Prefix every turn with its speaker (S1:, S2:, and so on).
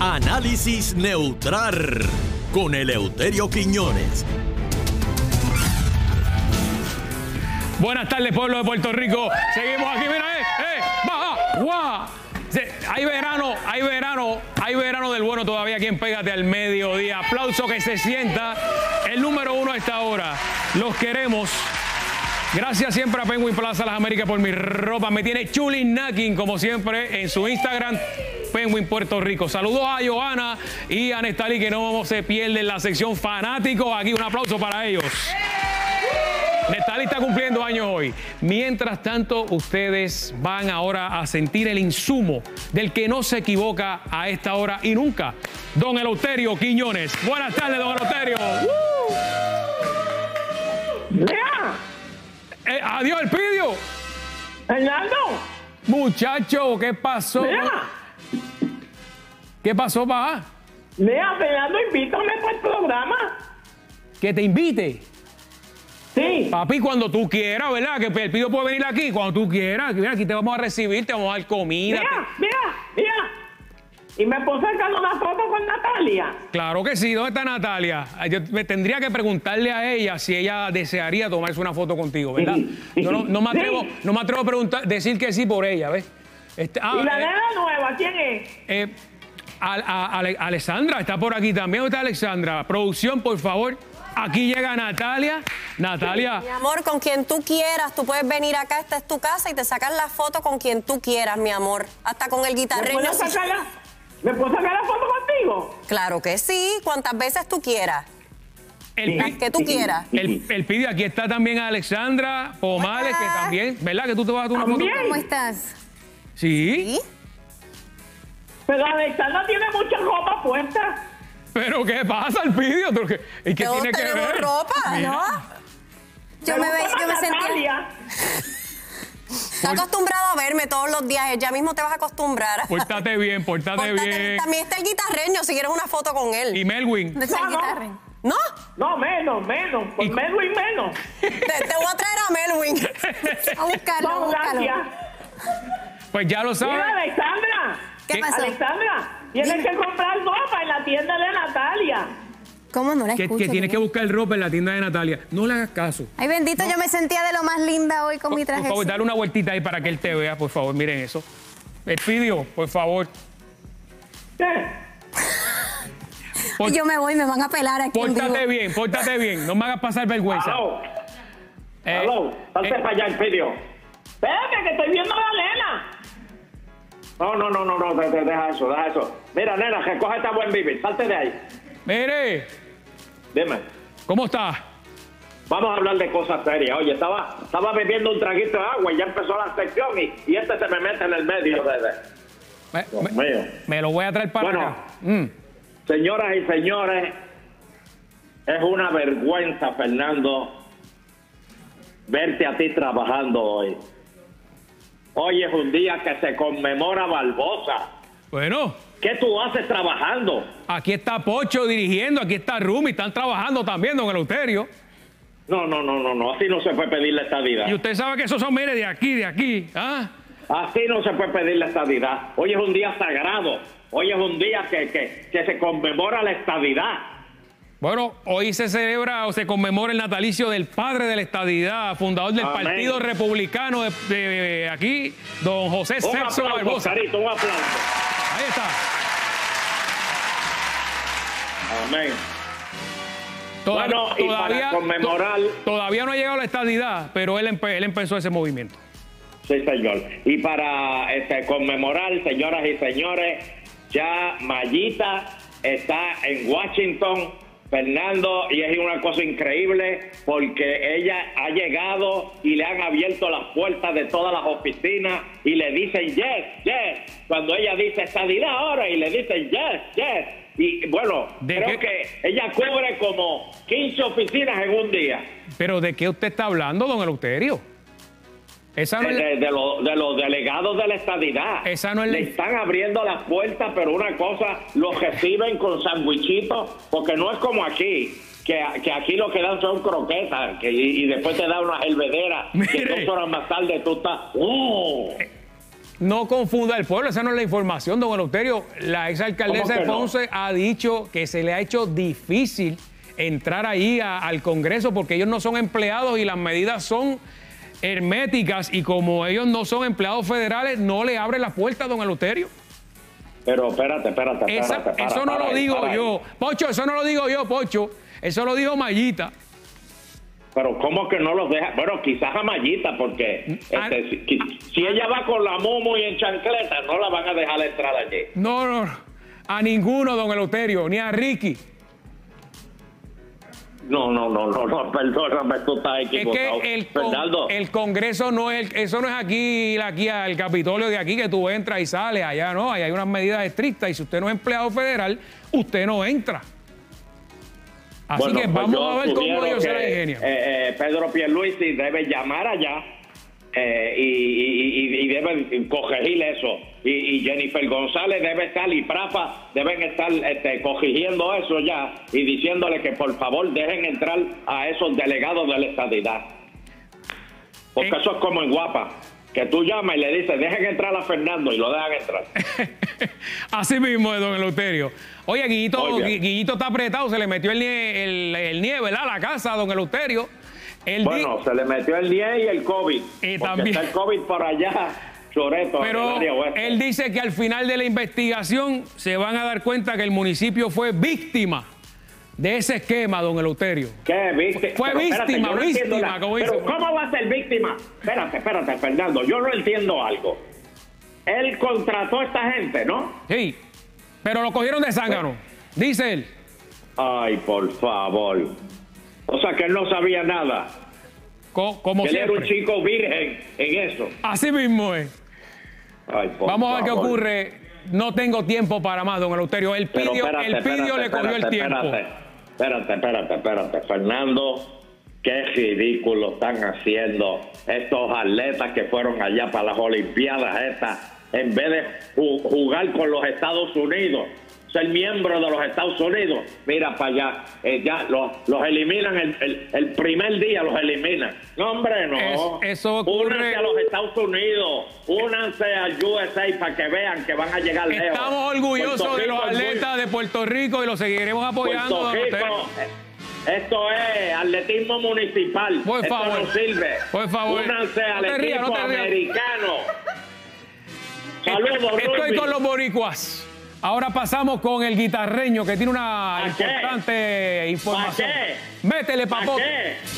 S1: Análisis neutral con Eleuterio Quiñones.
S2: Buenas tardes, pueblo de Puerto Rico. Seguimos aquí, mira, eh, eh, baja, guau. Se- Hay verano, hay verano, hay verano del bueno todavía aquí en Pégate al Mediodía. Aplauso que se sienta el número uno a esta hora. Los queremos. Gracias siempre a Penguin Plaza Las Américas por mi ropa. Me tiene Chulin Nakin, como siempre, en su Instagram, Penguin Puerto Rico. Saludos a Johanna y a Nestali, que no se pierden la sección fanáticos. Aquí un aplauso para ellos. Nestali está cumpliendo años hoy. Mientras tanto, ustedes van ahora a sentir el insumo del que no se equivoca a esta hora y nunca. Don Eleuterio Quiñones. Buenas tardes, don Eleuterio. Uh,
S3: Mira,
S2: Eh, adiós, Elpidio.
S3: Fernando,
S2: Muchacho, ¿qué pasó?
S3: mira,
S2: ¿Qué pasó, pa?
S3: mira, Fernando, invítame para el programa.
S2: Que te invite.
S3: Sí,
S2: Papi, cuando tú quieras, ¿verdad? Que Elpidio puede venir aquí cuando tú quieras. Mira, aquí te vamos a recibir, te vamos a dar comida.
S3: mira, mira, mira. Y me puse sacando una foto con Natalia.
S2: Claro que sí. ¿Dónde está Natalia? Ay, Yo me tendría que preguntarle a ella si ella desearía tomarse una foto contigo, ¿verdad?
S3: Sí.
S2: Yo no, no me
S3: Sí.
S2: atrevo, no me atrevo a preguntar, decir que sí por ella, ¿ves? Este, ah,
S3: Y la
S2: eh,
S3: nena nueva, ¿quién es?
S2: eh, Al- a- Ale- Alexandra está por aquí también. ¿Dónde está Alexandra? Producción, por favor. Aquí llega Natalia. Natalia.
S4: Mi amor, con quien tú quieras, tú puedes venir acá, esta es tu casa y te sacas la foto con quien tú quieras, mi amor. Hasta con el
S3: ¿Me
S4: guitarreño.
S3: puedo
S4: si-
S3: sacar la, ¿me puedo sacar la foto contigo?
S4: Claro que sí, cuantas veces tú quieras,
S2: El,
S4: las que tú quieras.
S2: el- el pide aquí está también Alexandra Pomales, que también, ¿verdad? Que tú te vas a tomar una foto.
S3: También.
S5: ¿Cómo estás?
S2: Sí.
S4: ¿Sí?
S3: Pero Alexandra tiene mucha ropa puesta.
S2: Pero ¿qué pasa, Elpidio? ¿Tú qué- ¿Y qué
S4: Todos
S2: tiene que
S4: tenemos
S2: ver?
S4: ropa,
S2: Mira.
S4: ¿no?
S5: Yo
S3: Pero
S5: me, ve-
S3: con
S5: yo me sentía.
S3: Natalia.
S4: Está
S2: Pues-
S4: acostumbrado a verme todos los días, ya mismo te vas a acostumbrar.
S2: Pórtate bien, pórtate
S4: Pórtate-
S2: bien.
S4: También está el guitarreño si quieres una foto con él.
S2: Y Melwin,
S5: ¿Dónde está el
S3: No, no.
S5: guitarra?
S4: ¿No?
S3: No, menos, menos. Pues
S2: Y-
S3: menos y menos.
S4: Te, te voy a traer a Melwin.
S5: A buscarlo,
S3: No,
S5: búscalo.
S3: gracias.
S2: pues ya lo
S3: Mira,
S2: saben.
S3: Alexandra.
S5: ¿Qué
S2: ¿Qué?
S5: pasó?
S3: Alexandra, tienes que comprar ropa en la tienda de Natalia.
S5: ¿Cómo no la
S2: Que,
S5: escucho?
S2: que tienes que
S5: tío?
S2: buscar ropa en la tienda de Natalia. No le hagas caso.
S5: Ay, bendito, yo me sentía de lo más linda hoy con mi
S2: Por
S5: traje.
S2: favor, dale una vueltita ahí para que él te vea, por favor. Miren eso. Elpidio, por favor.
S3: Eh,
S2: Por-
S5: Yo me voy, me van a pelar aquí. en
S2: pórtate
S5: vivo.
S2: bien, pórtate bien. No me hagas pasar vergüenza.
S3: aló.
S2: Eh,
S3: Aló, salte
S2: eh,
S3: para allá, Elpidio. Espérate, que estoy viendo a la nena. No, no, no, no, no, de- de- deja eso, deja eso. Mira, nena, recoge esta buen vivir, salte de ahí.
S2: mire,
S3: Dime,
S2: ¿cómo está?
S3: vamos a hablar de cosas serias. Oye, estaba, estaba bebiendo un traguito de agua y ya empezó la sección y, y este se me mete en el medio. de- de-
S2: Me,
S3: Dios
S2: me-
S3: mío.
S2: me lo voy a traer para
S3: Bueno.
S2: acá. Mm.
S3: Señoras y señores, es una vergüenza, Fernando, verte a ti trabajando hoy. Hoy es un día que se conmemora Barbosa.
S2: Bueno,
S3: ¿Qué tú haces trabajando?
S2: aquí está Pocho dirigiendo, aquí está Rumi, están trabajando también, don Eleuterio.
S3: No, no, no, no, no. Así no se puede pedir la estadidad.
S2: Y usted sabe que esos son, mire, de aquí, de aquí. ¿ah?
S3: Así no se puede pedir la estadidad. Hoy es un día sagrado. Hoy es un día que, que- que se conmemora la estadidad.
S2: Bueno, hoy se celebra o se conmemora el natalicio del padre de la estadidad, fundador del
S3: Amén.
S2: Partido Republicano de, de- de aquí, don José
S3: Un
S2: Celso
S3: aplauso,
S2: Barbosa.
S3: Carito, un aplauso.
S2: Ahí está.
S3: Amén.
S2: Toda-
S3: Bueno, y para conmemorar-
S2: to- todavía no ha llegado la estadidad, pero él, empe- él empezó ese movimiento.
S3: Sí, señor. Y para este, conmemorar, señoras y señores, ya Mayita está en Washington, Fernando, y es una cosa increíble porque ella ha llegado y le han abierto las puertas de todas las oficinas y le dicen yes, yes. Cuando ella dice estadidad ahora y le dicen yes, yes. Y bueno,
S2: ¿De
S3: creo
S2: qué?
S3: que ella cubre como 15 oficinas en un día.
S2: Pero ¿de qué usted está hablando, don Eleuterio? Esa no
S3: de,
S2: es la-
S3: Pues de- de los- de los delegados de la estadidad.
S2: Esa no es la-
S3: Le están abriendo las puertas, pero una cosa, los reciben con sandwichitos, porque no es como aquí, que, que aquí lo que dan son croquetas, que, y, y después te dan una helvedera,
S2: Mire.
S3: que dos horas más tarde tú estás... ¡Oh!
S2: No confunda el pueblo, esa no es la información, don Eleuterio. La exalcaldesa
S3: ¿Cómo
S2: de
S3: que no?
S2: Ponce ha dicho que se le ha hecho difícil entrar ahí a- al Congreso porque ellos no son empleados y las medidas son herméticas y como ellos no son empleados federales, no le abre la puerta, don Eleuterio.
S3: Pero espérate, espérate, espérate.
S2: Esa-
S3: para,
S2: eso no
S3: para
S2: lo
S3: ahí,
S2: digo
S3: para ahí.
S2: yo. Pocho, eso no lo digo yo, Pocho. Eso lo dijo Mayita.
S3: Pero ¿cómo que no los deja? Bueno, quizás a Mayita, porque
S2: Ah.
S3: este, si, qui- si ella va con la momo y en chancleta, no la van a dejar entrar allí.
S2: No, no, no. A ninguno, don Eleuterio, ni a Ricky.
S3: No, no, no, no, no, perdóname, tú estás
S2: Es que
S3: equivocado.
S2: el, con-
S3: Fernando,
S2: el Congreso no es, el- eso no es aquí, la- aquí, el Capitolio de aquí, que tú entras y sales, allá no, allá hay unas medidas estrictas y si usted no es empleado federal, usted no entra. Así
S3: bueno,
S2: que
S3: pues
S2: vamos
S3: yo
S2: a ver cómo
S3: sugiero
S2: ellos se la
S3: que,
S2: ingenian.
S3: eh, eh, Pedro Pierluisi debe llamar allá eh, y, y- y- y debe corregir eso. Y, y Jennifer González debe estar y Prafa deben estar este, corrigiendo eso ya y diciéndole que por favor dejen entrar a esos delegados de la estadidad. Porque
S2: Eh.
S3: eso es como en Guapa, que tú llamas y le dices, dejen entrar a Fernando y lo dejan entrar.
S2: Así mismo es, don Eleuterio. Oye, Guillito,
S3: Muy bien.
S2: Gui- Guillito está apretado, se le metió el, nie- el, el nieve, ¿verdad? A la casa, don Eleuterio. Él di-
S3: Bueno, se le metió el 10 y el COVID.
S2: Y
S3: porque
S2: también-
S3: está el COVID por allá, Choreto, en el área
S2: Pero
S3: oeste.
S2: él dice que al final de la investigación se van a dar cuenta que el municipio fue víctima de ese esquema, don Eleuterio.
S3: ¿Qué víctima?
S2: Fue
S3: Pero espérate,
S2: víctima,
S3: yo no entiendo
S2: víctima,
S3: la-
S2: como
S3: Pero
S2: dice.
S3: ¿cómo va a ser víctima? Espérate, espérate, Fernando, yo no entiendo algo. Él contrató a esta gente, ¿no?
S2: Sí, pero lo cogieron de zángano, dice él.
S3: Ay, por favor. O sea, que él no sabía nada.
S2: Co- como
S3: que él era un
S2: siempre.
S3: chico virgen en eso.
S2: Así mismo es.
S3: Ay, por
S2: Vamos a ver qué
S3: favor.
S2: ocurre. No tengo tiempo para más, don Eleuterio. El
S3: Pero
S2: pidio,
S3: espérate,
S2: el pidio
S3: espérate,
S2: le cogió el
S3: espérate,
S2: tiempo.
S3: Espérate, espérate, espérate, espérate. Fernando, qué ridículo están haciendo estos atletas que fueron allá para las Olimpiadas estas, en vez de ju- jugar con los Estados Unidos. Ser miembro de los Estados Unidos, mira para allá, eh, ya los, los eliminan el, el- el primer día, los eliminan. No, hombre, no.
S2: Es- eso ocurre-
S3: Únanse a los Estados Unidos, únanse al USA para que vean que van a llegar lejos.
S2: Estamos orgullosos
S3: Puerto
S2: de los
S3: Rico es muy-
S2: atletas de Puerto Rico y los seguiremos apoyando,
S3: Puerto
S2: don Eleuterio.
S3: Rico, esto es atletismo municipal.
S2: Por
S3: Esto
S2: favor.
S3: no sirve.
S2: Por favor.
S3: Únanse
S2: No
S3: al
S2: te rías,
S3: equipo
S2: no te rías.
S3: americano. Saludos,
S2: Estoy
S3: Rubí.
S2: con los boricuas. Ahora pasamos con el guitarreño que tiene una
S3: ¿Pa' qué?
S2: importante información.
S3: qué?
S2: Métele,
S3: ¿Pa'
S2: papote.
S3: qué?